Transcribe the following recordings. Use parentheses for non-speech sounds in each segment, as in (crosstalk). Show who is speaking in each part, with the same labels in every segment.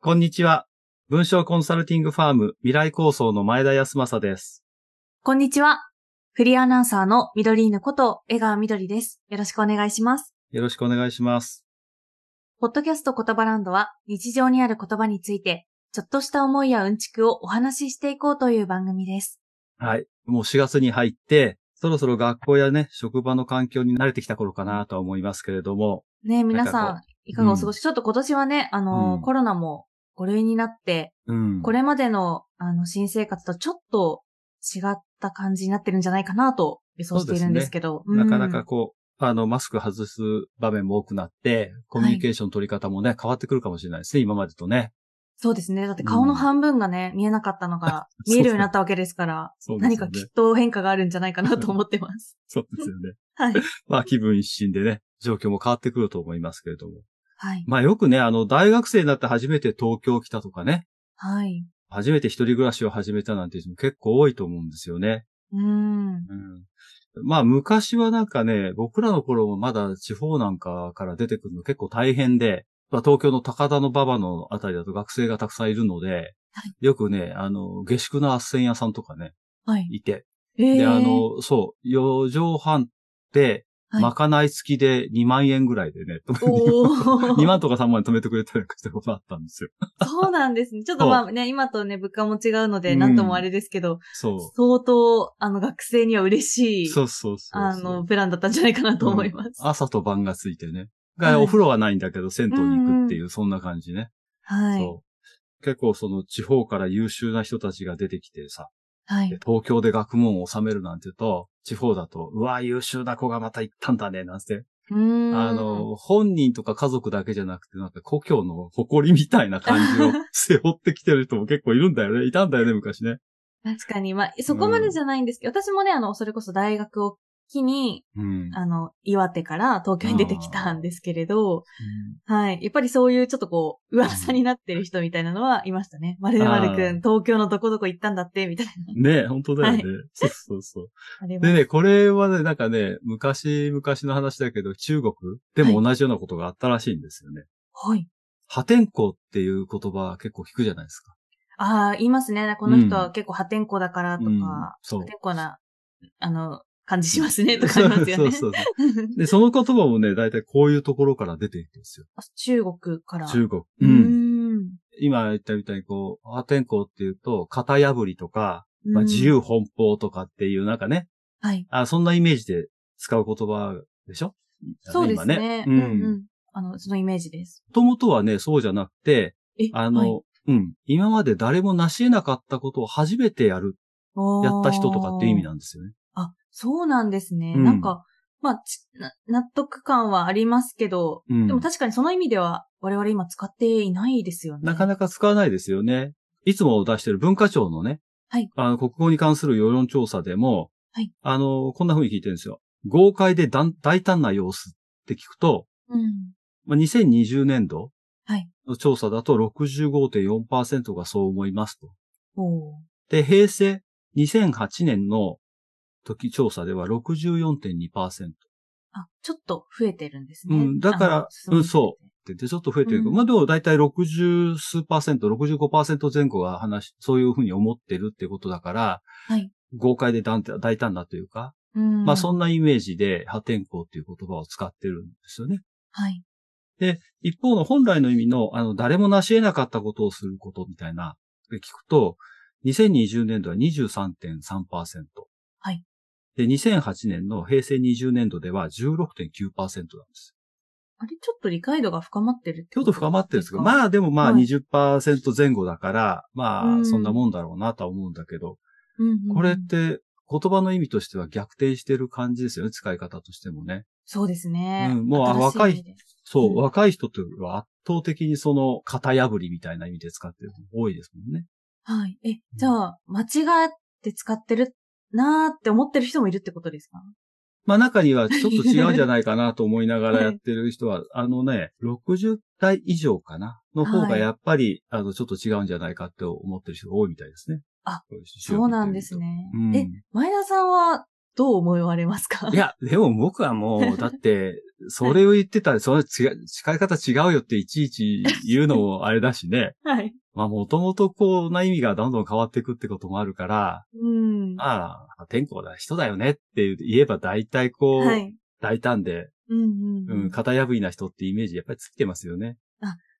Speaker 1: こんにちは。文章コンサルティングファーム未来構想の前田康政です。
Speaker 2: こんにちは。フリーアナウンサーのミドリーヌこと江川みどりです。よろしくお願いします。
Speaker 1: よろしくお願いします。
Speaker 2: ポッドキャスト言葉ランドは日常にある言葉について、ちょっとした思いやうんちくをお話ししていこうという番組です。
Speaker 1: はい。もう4月に入って、そろそろ学校やね、職場の環境に慣れてきた頃かなとは思いますけれども、
Speaker 2: ねえ皆
Speaker 1: なん
Speaker 2: さ
Speaker 1: か
Speaker 2: ん、いかがお過ごし、ちょっと今年はね、あのー
Speaker 1: うん
Speaker 2: コロナも5類になって、
Speaker 1: うん。
Speaker 2: これまでの、あの、新生活とちょっと違った感じになってるんじゃないかなと予想しているんですけど。
Speaker 1: なかな
Speaker 2: う
Speaker 1: か
Speaker 2: ん
Speaker 1: こう、あの、マスク外す場面も多くなって、コミュニケーション取り方もね、変わってくるかもしれないですね、今までとね。
Speaker 2: そうですね。だって顔の半分がね、見えなかったのが
Speaker 1: (laughs) そうそう
Speaker 2: 見えるようになったわけですから、
Speaker 1: そうです
Speaker 2: 何
Speaker 1: よ
Speaker 2: か
Speaker 1: ね。
Speaker 2: きっと変化があるんじゃないかなと思ってます。
Speaker 1: そうですよね。
Speaker 2: はい。
Speaker 1: まあ気分一新でね、状況も変わってくると思いますけれども。
Speaker 2: はい。
Speaker 1: まあよくね、あの、大学生になって初めて東京来たとかね、
Speaker 2: はい。
Speaker 1: 初めて一人暮らしを始めたなんていう人も結構多いと思うんですよね。
Speaker 2: うーん。
Speaker 1: うん。まあ昔はなんかね、僕らの頃もまだ地方なんかから出てくるの結構大変で、まあ東京の高田の馬場のあたりだと学生がたくさんいるので、
Speaker 2: はい
Speaker 1: よくね、あの、下宿の斡旋屋さんとかね、
Speaker 2: はい。
Speaker 1: いて。
Speaker 2: え
Speaker 1: で、
Speaker 2: ー
Speaker 1: あ、の、そう、4畳半って、
Speaker 2: はい
Speaker 1: まかない付きで2万円ぐらいでね、 (laughs)
Speaker 2: お
Speaker 1: 2
Speaker 2: ー
Speaker 1: 万とか3万で止めてくれたりしたことあったんですよ。
Speaker 2: (laughs) そうなんですね。ちょっとまあね、今とね、物価も違うので、なんともあれですけど、
Speaker 1: そ
Speaker 2: 相当、あの、学生には嬉し
Speaker 1: う。
Speaker 2: い、
Speaker 1: そうそうそうそう。
Speaker 2: あの、プランだったんじゃないかなと思います。
Speaker 1: 朝と晩がついてね。
Speaker 2: はい
Speaker 1: がお風呂はないんだけど、銭湯に行くっていう、そんな感じね。
Speaker 2: はい。
Speaker 1: そう。結構その地方から優秀な人たちが出てきてさ、
Speaker 2: は
Speaker 1: で
Speaker 2: い。
Speaker 1: 東京で学問を収めるなんて言うと、地方だと、うわ、優秀な子がまた行ったんだね、なんて。
Speaker 2: うーん。
Speaker 1: あ、の、本人とか家族だけじゃなくて、なんか故郷の誇りみたいな感じを (laughs) 背負ってきてる人も結構いるんだよね。いたんだよね、昔ね。
Speaker 2: 確かに。まあ、そこまでじゃないんですけど、私もね、あの、それこそ大学を機に、
Speaker 1: うん。
Speaker 2: あの、岩手から東京に出てきたんですけれど、
Speaker 1: うん
Speaker 2: はい。やっぱりそういうちょっとこう、噂になってる人みたいなのはいましたね。〇〇く
Speaker 1: あー
Speaker 2: ん、東京のどこどこ行ったんだって、みたいな。
Speaker 1: ねえ、本当だよね。
Speaker 2: は
Speaker 1: そうそうそう。
Speaker 2: あれは
Speaker 1: でね、これはね、なんかね、昔々の話だけど、中国でも同じようなことがあったらしいんですよね。
Speaker 2: はい。
Speaker 1: 破天荒っていう言葉結構聞くじゃないですか。
Speaker 2: ああ、言いますね。この人
Speaker 1: う
Speaker 2: は結構破天荒だからと
Speaker 1: うん
Speaker 2: か、
Speaker 1: そう
Speaker 2: 破天荒な、あの、感じしますね、とかありますよね。
Speaker 1: そうそうそうで、その言葉もね、だいたいこういうところから出ていくんですよ。
Speaker 2: 中国から。
Speaker 1: 中国。
Speaker 2: うー
Speaker 1: うん。
Speaker 2: ん。
Speaker 1: 今言ったみたいにこう、破天荒っていうと、型破りとか、まあ、
Speaker 2: うん
Speaker 1: 自由。奔放とかっていうなんかね、
Speaker 2: はい。
Speaker 1: あそんなイメージで使う言葉でしょ
Speaker 2: そうですね。
Speaker 1: 今
Speaker 2: うん
Speaker 1: うん
Speaker 2: うん。あの、そのイメージです。
Speaker 1: もともとはね、そうじゃなくて、
Speaker 2: え
Speaker 1: あ
Speaker 2: は
Speaker 1: の、
Speaker 2: い
Speaker 1: うん。今まで誰も成し得なかったことを初めてやる、やった人とかっていう意味なんですよね。
Speaker 2: あ、そうなんですね。
Speaker 1: うん
Speaker 2: なんか、まあ、ちな納得感はありますけど、
Speaker 1: うん。
Speaker 2: でも確かにその意味では我々今使っていないですよね。
Speaker 1: なか
Speaker 2: な
Speaker 1: なか使わないですよね。いつも出してる文化庁のね、
Speaker 2: はい
Speaker 1: あの、国語に関する世論調査でも、
Speaker 2: はい
Speaker 1: あの、こんな風に聞いてるんですよ。豪快で大大胆な様子って聞くと、
Speaker 2: うん。
Speaker 1: まあ、2020年度
Speaker 2: はい
Speaker 1: の調査だと65.4%がそう思いますと。
Speaker 2: おー
Speaker 1: で、平成2008年の時調査では64.2%。
Speaker 2: あ、ちょっと増えてるんですね。
Speaker 1: うんだから
Speaker 2: あの進んで
Speaker 1: うんそで、でちょっと増えてるけど、
Speaker 2: うん
Speaker 1: まあでも大体60数パーセント、65%前後が話、そういうふうに思ってるってことだから、
Speaker 2: はい
Speaker 1: 豪快で大胆大胆なというか、
Speaker 2: うん。
Speaker 1: まあそんなイメージで破天荒っていう言葉を使ってるんですよね。
Speaker 2: はい。
Speaker 1: 一方の本来の意味の、あの、誰も成し得なかったことをすることみたいな、で聞くと、2020年度は23.3%。
Speaker 2: はい。
Speaker 1: で、2008年の平成20年度では16.9%なんです。
Speaker 2: あれ、ちょっと理解度が深まってるって
Speaker 1: ちょっと深まってるんですけど、
Speaker 2: あ、
Speaker 1: まあでもまあ
Speaker 2: はい
Speaker 1: 20%前後だから、ま
Speaker 2: う
Speaker 1: あ
Speaker 2: ん
Speaker 1: そんなもんだろうなとは思うんだけど、
Speaker 2: うんうんうん
Speaker 1: これって言葉の意味としては逆転してる感じですよね、使い方としてもね。
Speaker 2: そうですね。
Speaker 1: うんもうあ
Speaker 2: 新し
Speaker 1: 若い
Speaker 2: 意味で
Speaker 1: そう、
Speaker 2: うん
Speaker 1: 若い人というよりは圧倒的にその型破りみたいな意味で使ってるの多いですもんね。
Speaker 2: はい。え、じゃあ、間違って使ってるなーって思ってる人もいるってことですか
Speaker 1: まあ中にはちょっと違うんじゃないかなと思いながらやってる人は、あのね、60代以上かなの方がやっぱり、あのちょっと違うんじゃないかって思ってる人が多いみたいですね。
Speaker 2: あ
Speaker 1: こい資料
Speaker 2: そう
Speaker 1: 見てみると、
Speaker 2: なんですね。
Speaker 1: うん
Speaker 2: え、前田さんはどう思われますか
Speaker 1: いや、でも僕はもう、だって、それを言ってたら、それ違う、誓い方違うよっていちいち言うのもあれだしね。
Speaker 2: (laughs) はい。
Speaker 1: まあ、もともとこう、な意味がどんどん変わっていくってこともあるから、
Speaker 2: うん。は
Speaker 1: ああ、天候だ、人だよねって言えば大体こう、
Speaker 2: い。
Speaker 1: 大胆で、
Speaker 2: うんう
Speaker 1: う、
Speaker 2: んうんん。
Speaker 1: 型破りな人ってイメージやっぱりついてますよね。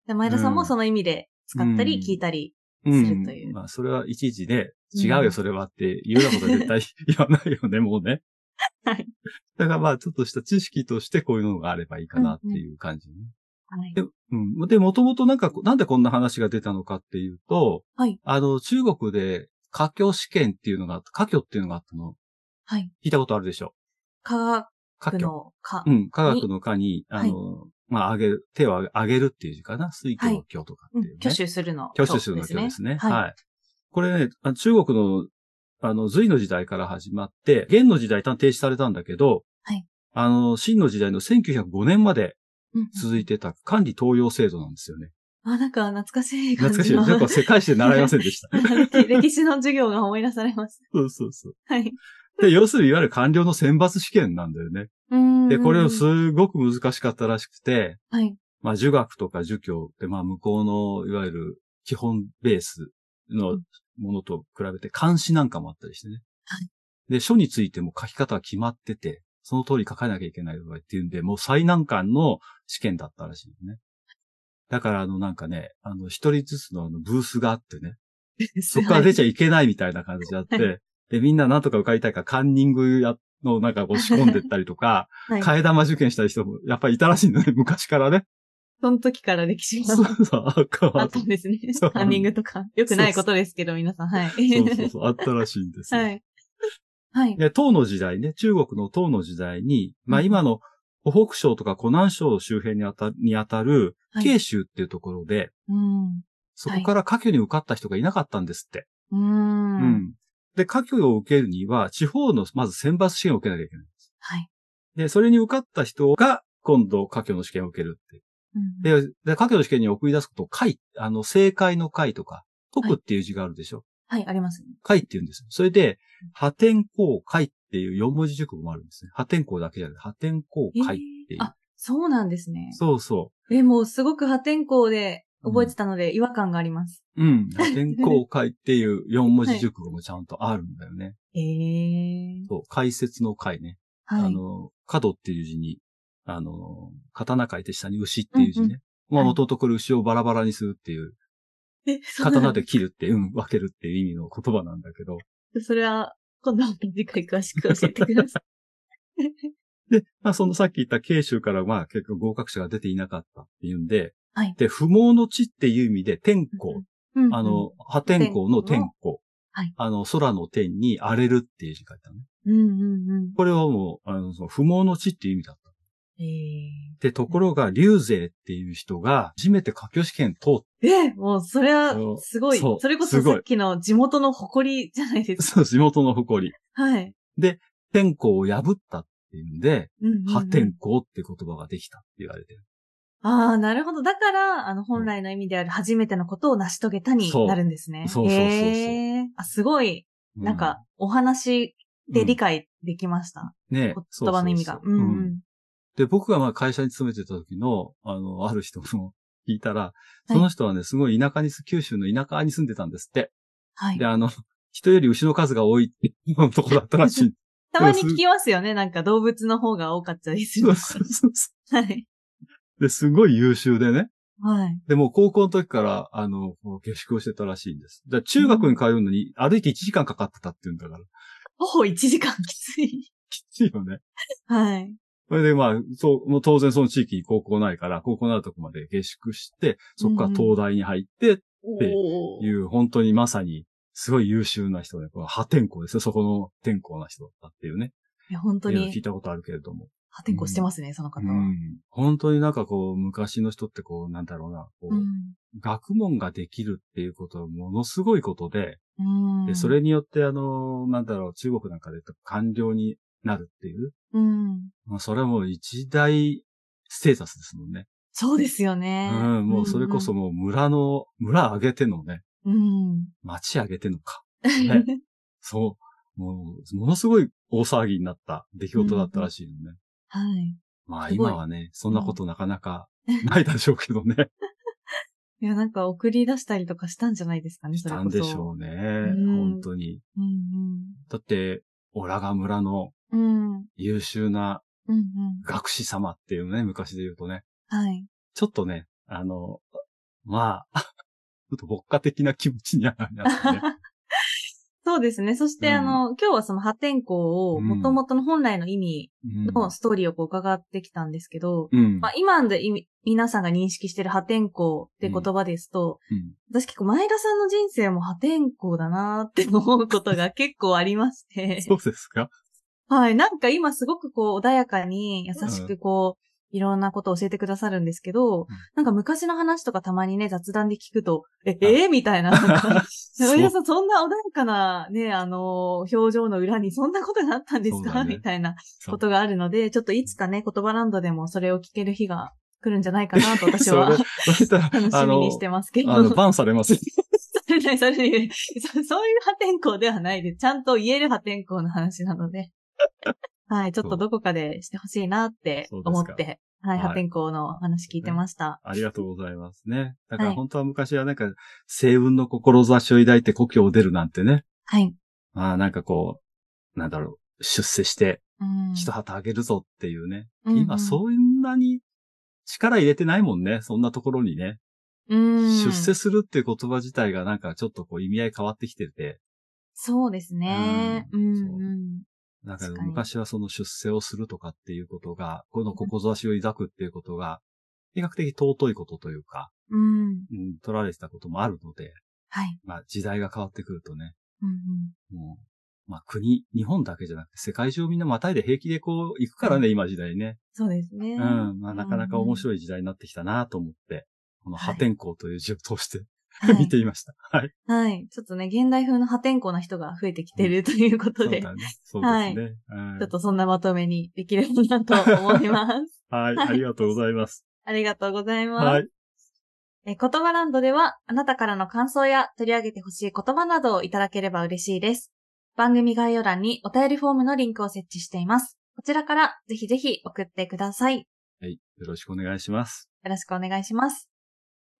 Speaker 2: で前田さんもその意味で使った
Speaker 1: うん
Speaker 2: り聞いたり。
Speaker 1: うん。
Speaker 2: するという
Speaker 1: まあ、それはいちいちね、
Speaker 2: うん
Speaker 1: 違うよ、それはって、言うようなことは絶対 (laughs) 言わないよね、もうね。
Speaker 2: はい。
Speaker 1: だからまあ、ちょっとした知識としてこういうのがあればいいかなっていう感じね。
Speaker 2: はい。
Speaker 1: うん。で、もともとなんか、なんでこんな話が出たのかっていうと、
Speaker 2: はい
Speaker 1: あの、中国で、科挙試験っていうのがあった、科挙っていうのがあったの、
Speaker 2: はい。
Speaker 1: 聞いたことあるでしょ
Speaker 2: 科
Speaker 1: 科
Speaker 2: 学
Speaker 1: 挙。
Speaker 2: の科
Speaker 1: う。ん、科学の科に、あ
Speaker 2: はい
Speaker 1: の、まあ、上げる、手を上げるっていう字かな、水挙の挙とかって
Speaker 2: う
Speaker 1: い
Speaker 2: ん
Speaker 1: う、ね
Speaker 2: 挙手するの。
Speaker 1: 挙手するの挙ですね。はい。
Speaker 2: はい。
Speaker 1: これね、あ中国の、あの、隋の時代から始まって、元の時代一旦停止されたんだけど、
Speaker 2: はい
Speaker 1: あの、秦の時代の1905年まで
Speaker 2: うん
Speaker 1: 続いてた管理東洋制度なんですよね。
Speaker 2: あ、なんか懐かしい感
Speaker 1: 懐かしい
Speaker 2: じの。
Speaker 1: よね。やっぱ世界史で習いませんで
Speaker 2: (laughs)
Speaker 1: した。
Speaker 2: 歴史の授業が思い出されます。
Speaker 1: そうそうそう。
Speaker 2: はい。
Speaker 1: で、要するにいわゆる官僚の選抜試験なんだよね。で、
Speaker 2: で
Speaker 1: これをすごく難しかったらしくて、
Speaker 2: はい。
Speaker 1: まあ、儒学とか儒教って、まあ、向こうの、いわゆる基本ベースのものと比べて、漢詩なんかもあったりしてね。
Speaker 2: はい。
Speaker 1: で、書についても書き方は決まってて、その通り書かなきゃいけないとかっていうんで、もう最難関の試験だったらしいよね。だから、あの、なんかね、あの、一人ずつのあのブースがあってね、そこから出ちゃいけないみたいな感じであって、
Speaker 2: は
Speaker 1: で、みんななんとか受かりたいからカンニングや、のなんかこう仕込んでったりとか、
Speaker 2: はい。
Speaker 1: 替え玉受験したり人もやっぱりいたらしいの
Speaker 2: (laughs)
Speaker 1: ね、昔からね。
Speaker 2: その時から歴史が
Speaker 1: そうそう、赤
Speaker 2: あ
Speaker 1: は。
Speaker 2: っ
Speaker 1: そ
Speaker 2: た
Speaker 1: うん
Speaker 2: ですね
Speaker 1: そう。
Speaker 2: カンニングとか。よくないことですけど、皆さん。はい。
Speaker 1: そうそう、あったらしいんですよ。
Speaker 2: (laughs) はい。はい。
Speaker 1: で、唐の時代ね、中国の唐の時代に、まあ
Speaker 2: うん
Speaker 1: 今の湖北省とか湖南省周辺にあたにあたる、
Speaker 2: はい
Speaker 1: 慶州っていうところで、
Speaker 2: うん。
Speaker 1: そこから科挙に受かった人がいなかったんですって。
Speaker 2: う。
Speaker 1: うんん。で、科挙を受けるには、地方のまず選抜試験を受けなきゃいけない。
Speaker 2: はい。
Speaker 1: で、それに受かった人が、今度、科挙の試験を受けるって。
Speaker 2: う
Speaker 1: で、
Speaker 2: ん
Speaker 1: で科挙の試験に送り出すことを、会、あの、正解の会とか、国っていう字があるでしょ。
Speaker 2: はい、ありますね。
Speaker 1: 会って言うんですよ。それで、破天荒会っていう四文字熟語もあるんですね。破天荒だけじゃなくて、破天荒会っていう。
Speaker 2: えーあ、そうなんですね。
Speaker 1: そうそ
Speaker 2: え、もうすごく破天荒で覚えてたので違和感があります。
Speaker 1: う。うん。破天荒会っていう四文字熟語もちゃんとあるんだよ
Speaker 2: (laughs)
Speaker 1: ね。
Speaker 2: ええー。
Speaker 1: そう。解説の会ね。
Speaker 2: は
Speaker 1: あ
Speaker 2: い。
Speaker 1: の、角っていう字に、あの、刀書いて下に牛っていう字ね。
Speaker 2: うんう
Speaker 1: まあ、
Speaker 2: はい
Speaker 1: もともとこれ牛をバラバラにするっていう、
Speaker 2: え、そうなん
Speaker 1: 刀 (laughs) で切るって、うん、分けるっていう意味の言葉なんだけど。
Speaker 2: (laughs) それは、今度は次回詳しく教えてくだ
Speaker 1: (laughs)
Speaker 2: さい。
Speaker 1: で、まあ、そのさっき言った慶州から、まあ、結構合格者が出ていなかったっていうんで、
Speaker 2: はい
Speaker 1: で、不毛の地っていう意味で、天候、
Speaker 2: うんうん
Speaker 1: あの、、破天荒の天候、
Speaker 2: はい
Speaker 1: あの、空の天に荒れるっていう字書いたね。
Speaker 2: うんうんうん。
Speaker 1: これはもう、あの、その不毛の地っていう意味だった。
Speaker 2: え
Speaker 1: で、ところが、竜勢っていう人が、初めて科挙試験通っ
Speaker 2: ー、え、もうそれは
Speaker 1: そう、
Speaker 2: すごい。
Speaker 1: そう
Speaker 2: それこ
Speaker 1: す
Speaker 2: そ
Speaker 1: ごい
Speaker 2: さっきの地元の誇りじゃないです
Speaker 1: (laughs)
Speaker 2: か。
Speaker 1: そう、地元の誇り、
Speaker 2: はい。
Speaker 1: 天候を破ったっていうんで、
Speaker 2: うんうんうん
Speaker 1: 破天。荒って言葉ができたって言われてる。
Speaker 2: ああ、なるほど。だから、あの、本来の意味である初めてのことを成し遂げたに
Speaker 1: そう
Speaker 2: なるんですね。
Speaker 1: そうそうそうそう
Speaker 2: へーあ、すごい、
Speaker 1: う
Speaker 2: なんか、、お話で
Speaker 1: 解、
Speaker 2: 理解できました。
Speaker 1: ね
Speaker 2: 言葉の意味が。
Speaker 1: そう
Speaker 2: う
Speaker 1: そうそうんうん
Speaker 2: うん。
Speaker 1: で、僕がまあ会社に勤めてた時の、あの、ある人も聞いたら、その人はね、すごい田舎にす、九州の田舎に住んでたんですって。
Speaker 2: はい
Speaker 1: で、。あの、人より牛の数が多いっていうとこだったらしい。
Speaker 2: たまに聞きますよね。なんか動物の方が多かったりす
Speaker 1: そ
Speaker 2: る
Speaker 1: う。そうそうそ
Speaker 2: は
Speaker 1: う
Speaker 2: い。
Speaker 1: で、すごい優秀でね。
Speaker 2: はい。
Speaker 1: で、もう高校の時から、あの、こう下宿をしてたらしいんです。だから中学に通うのに歩いて1時間かかってたって言うんだから。
Speaker 2: 徒歩1時間きつい。
Speaker 1: きついよね。
Speaker 2: はい。
Speaker 1: それでまあ、そう、もう当然その地域に高校ないから、高校のあるとこまで下宿して、そこから東大に入ってって
Speaker 2: お
Speaker 1: い
Speaker 2: ー
Speaker 1: う、本当にまさに、すごい優秀な人で、この破天荒ですよ。そこの天荒な人だったっていうね。
Speaker 2: いや本当
Speaker 1: いろいろ聞い
Speaker 2: に
Speaker 1: たことあるけれども。
Speaker 2: 破天荒してますね、その方
Speaker 1: う
Speaker 2: は。
Speaker 1: ん。本当になんかこう、昔の人ってこう、なんだろうな、こう、学問ができるっていうことはものすごいことで、
Speaker 2: うん。
Speaker 1: でそれによってあの、なんだろう、中国なんかで言うと官僚になるっていう、
Speaker 2: うん。
Speaker 1: まあそれはもう一大ステータスですもんね。
Speaker 2: そうですよね。
Speaker 1: うん、もうそれこそもう村の、村上げてのね、
Speaker 2: うん。うん。
Speaker 1: 町上げてのか。ねそう。もう、ものすごい大騒ぎになった出来事だったらしいのね。
Speaker 2: (laughs) はい。
Speaker 1: まあ
Speaker 2: すごい
Speaker 1: 今はね、そんなことなかなか (laughs) ないでしょうけど
Speaker 2: (laughs)
Speaker 1: ね。
Speaker 2: いや、なんか送り出したりとかしたんじゃないですかね、
Speaker 1: し
Speaker 2: それ
Speaker 1: た
Speaker 2: こ
Speaker 1: ん
Speaker 2: そ。
Speaker 1: でしょうね。
Speaker 2: うん
Speaker 1: 本当に。
Speaker 2: う。うん
Speaker 1: だって、オラガ村の
Speaker 2: うん。うん。
Speaker 1: 優秀な
Speaker 2: うんうん。
Speaker 1: 学士様っていうね、昔で言うとね、
Speaker 2: はい。
Speaker 1: ちょっとね、あの、まあ、 (laughs) ちょっと牧歌的な気持ちにはなりますね。
Speaker 2: (laughs) そうですね。そして、
Speaker 1: うん
Speaker 2: あの、今日はその破天荒を、
Speaker 1: うん
Speaker 2: もともとの本来の意味
Speaker 1: うん
Speaker 2: のストーリーをこう伺ってきたんですけど、
Speaker 1: うん。
Speaker 2: まあ、今で意味皆さんが認識してる破天荒って言葉ですと、
Speaker 1: うん
Speaker 2: 私結構前田さんの人生も破天荒だなーって思うことが結構ありまして、
Speaker 1: そうですか
Speaker 2: はい、なんか今すごくこう穏やかに優しくこう、いろんなことを教えてくださるんですけど、なんか昔の話とかたまにね、雑談で聞くと、え、えーみたいな。なんか
Speaker 1: そう
Speaker 2: 前田さ (laughs) ん、そんな穏やかなね、あのー表情の裏にそんなことがあったんです
Speaker 1: そう
Speaker 2: か、
Speaker 1: だね
Speaker 2: みたいな
Speaker 1: そう
Speaker 2: ことがあるので、ちょっといつかね、言葉ランドでもそれを聞ける日が来るんじゃないかなと私は
Speaker 1: (laughs) それそれだったら
Speaker 2: 楽しみにしてますけど。
Speaker 1: あの、バンされます。
Speaker 2: (laughs) それね、それね、そそういう破天荒ではないで、ちゃんと言える破天荒の話な
Speaker 1: (laughs)
Speaker 2: ので。はい、ちょっとどこかでしてほしいなって思
Speaker 1: そ
Speaker 2: っ
Speaker 1: うで
Speaker 2: て、はい、
Speaker 1: はい
Speaker 2: 破天荒のお話聞いてました。
Speaker 1: ありがとうございますね。だから
Speaker 2: はい
Speaker 1: 本当は昔はなんか、星雲の志を抱いて故郷を出るなんてね。
Speaker 2: はい。
Speaker 1: まあなんかこう、なんだろう、出世して
Speaker 2: うん
Speaker 1: 一旗あげるぞっていうね。
Speaker 2: うん
Speaker 1: 今そんなに力入れてないもんね。そんなところにね。
Speaker 2: うん。
Speaker 1: 出世するっていう言葉自体がなんかちょっとこう意味合い変わってきてて。
Speaker 2: そうですね。
Speaker 1: う
Speaker 2: うんん、
Speaker 1: そう
Speaker 2: うん。
Speaker 1: なんか
Speaker 2: 確かに
Speaker 1: 昔はその出世をするとかっていうことが、この志を抱くっていうことが、比較的尊いことというか、
Speaker 2: うん。
Speaker 1: うん、取られてたこともあるので、
Speaker 2: はい。
Speaker 1: まあ時代が変わってくるとね、
Speaker 2: うんうん、
Speaker 1: もう、まあ国、日本だけじゃなくて世界中をみんなまたいで平気でこう行くからね、今時代ね。
Speaker 2: そうですね。
Speaker 1: うん。まあなかなか面白い時代になってきたなと思って、この破天荒という字を通して (laughs) 見ていました。はい。
Speaker 2: うんはい。はい。ちょっとね、現代風の破天荒な人が増えてきてるというこ
Speaker 1: そ
Speaker 2: と
Speaker 1: う
Speaker 2: で、ち
Speaker 1: だね。そうですね。うん
Speaker 2: ょっとそんなまとめにできればなと思
Speaker 1: (laughs)
Speaker 2: います。
Speaker 1: はい。
Speaker 2: はい
Speaker 1: ありがとうございます。
Speaker 2: ありがとうございます。
Speaker 1: はい。
Speaker 2: え、言葉ランドでは、あなたからの感想や取り上げてほしい言葉などをいただければ嬉しいです。番組概要欄にお便りフォームのリンクを設置しています。こちらからぜひぜひ送ってください。
Speaker 1: はい。よろしくお願いします。
Speaker 2: よろしくお願いします。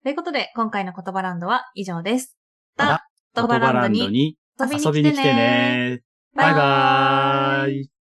Speaker 2: ということで、今回の言葉ランドは以上です。
Speaker 1: ま
Speaker 2: また、言葉ランドに
Speaker 1: に
Speaker 2: 遊びに来てね。
Speaker 1: 遊びに来てね。バイバーイ。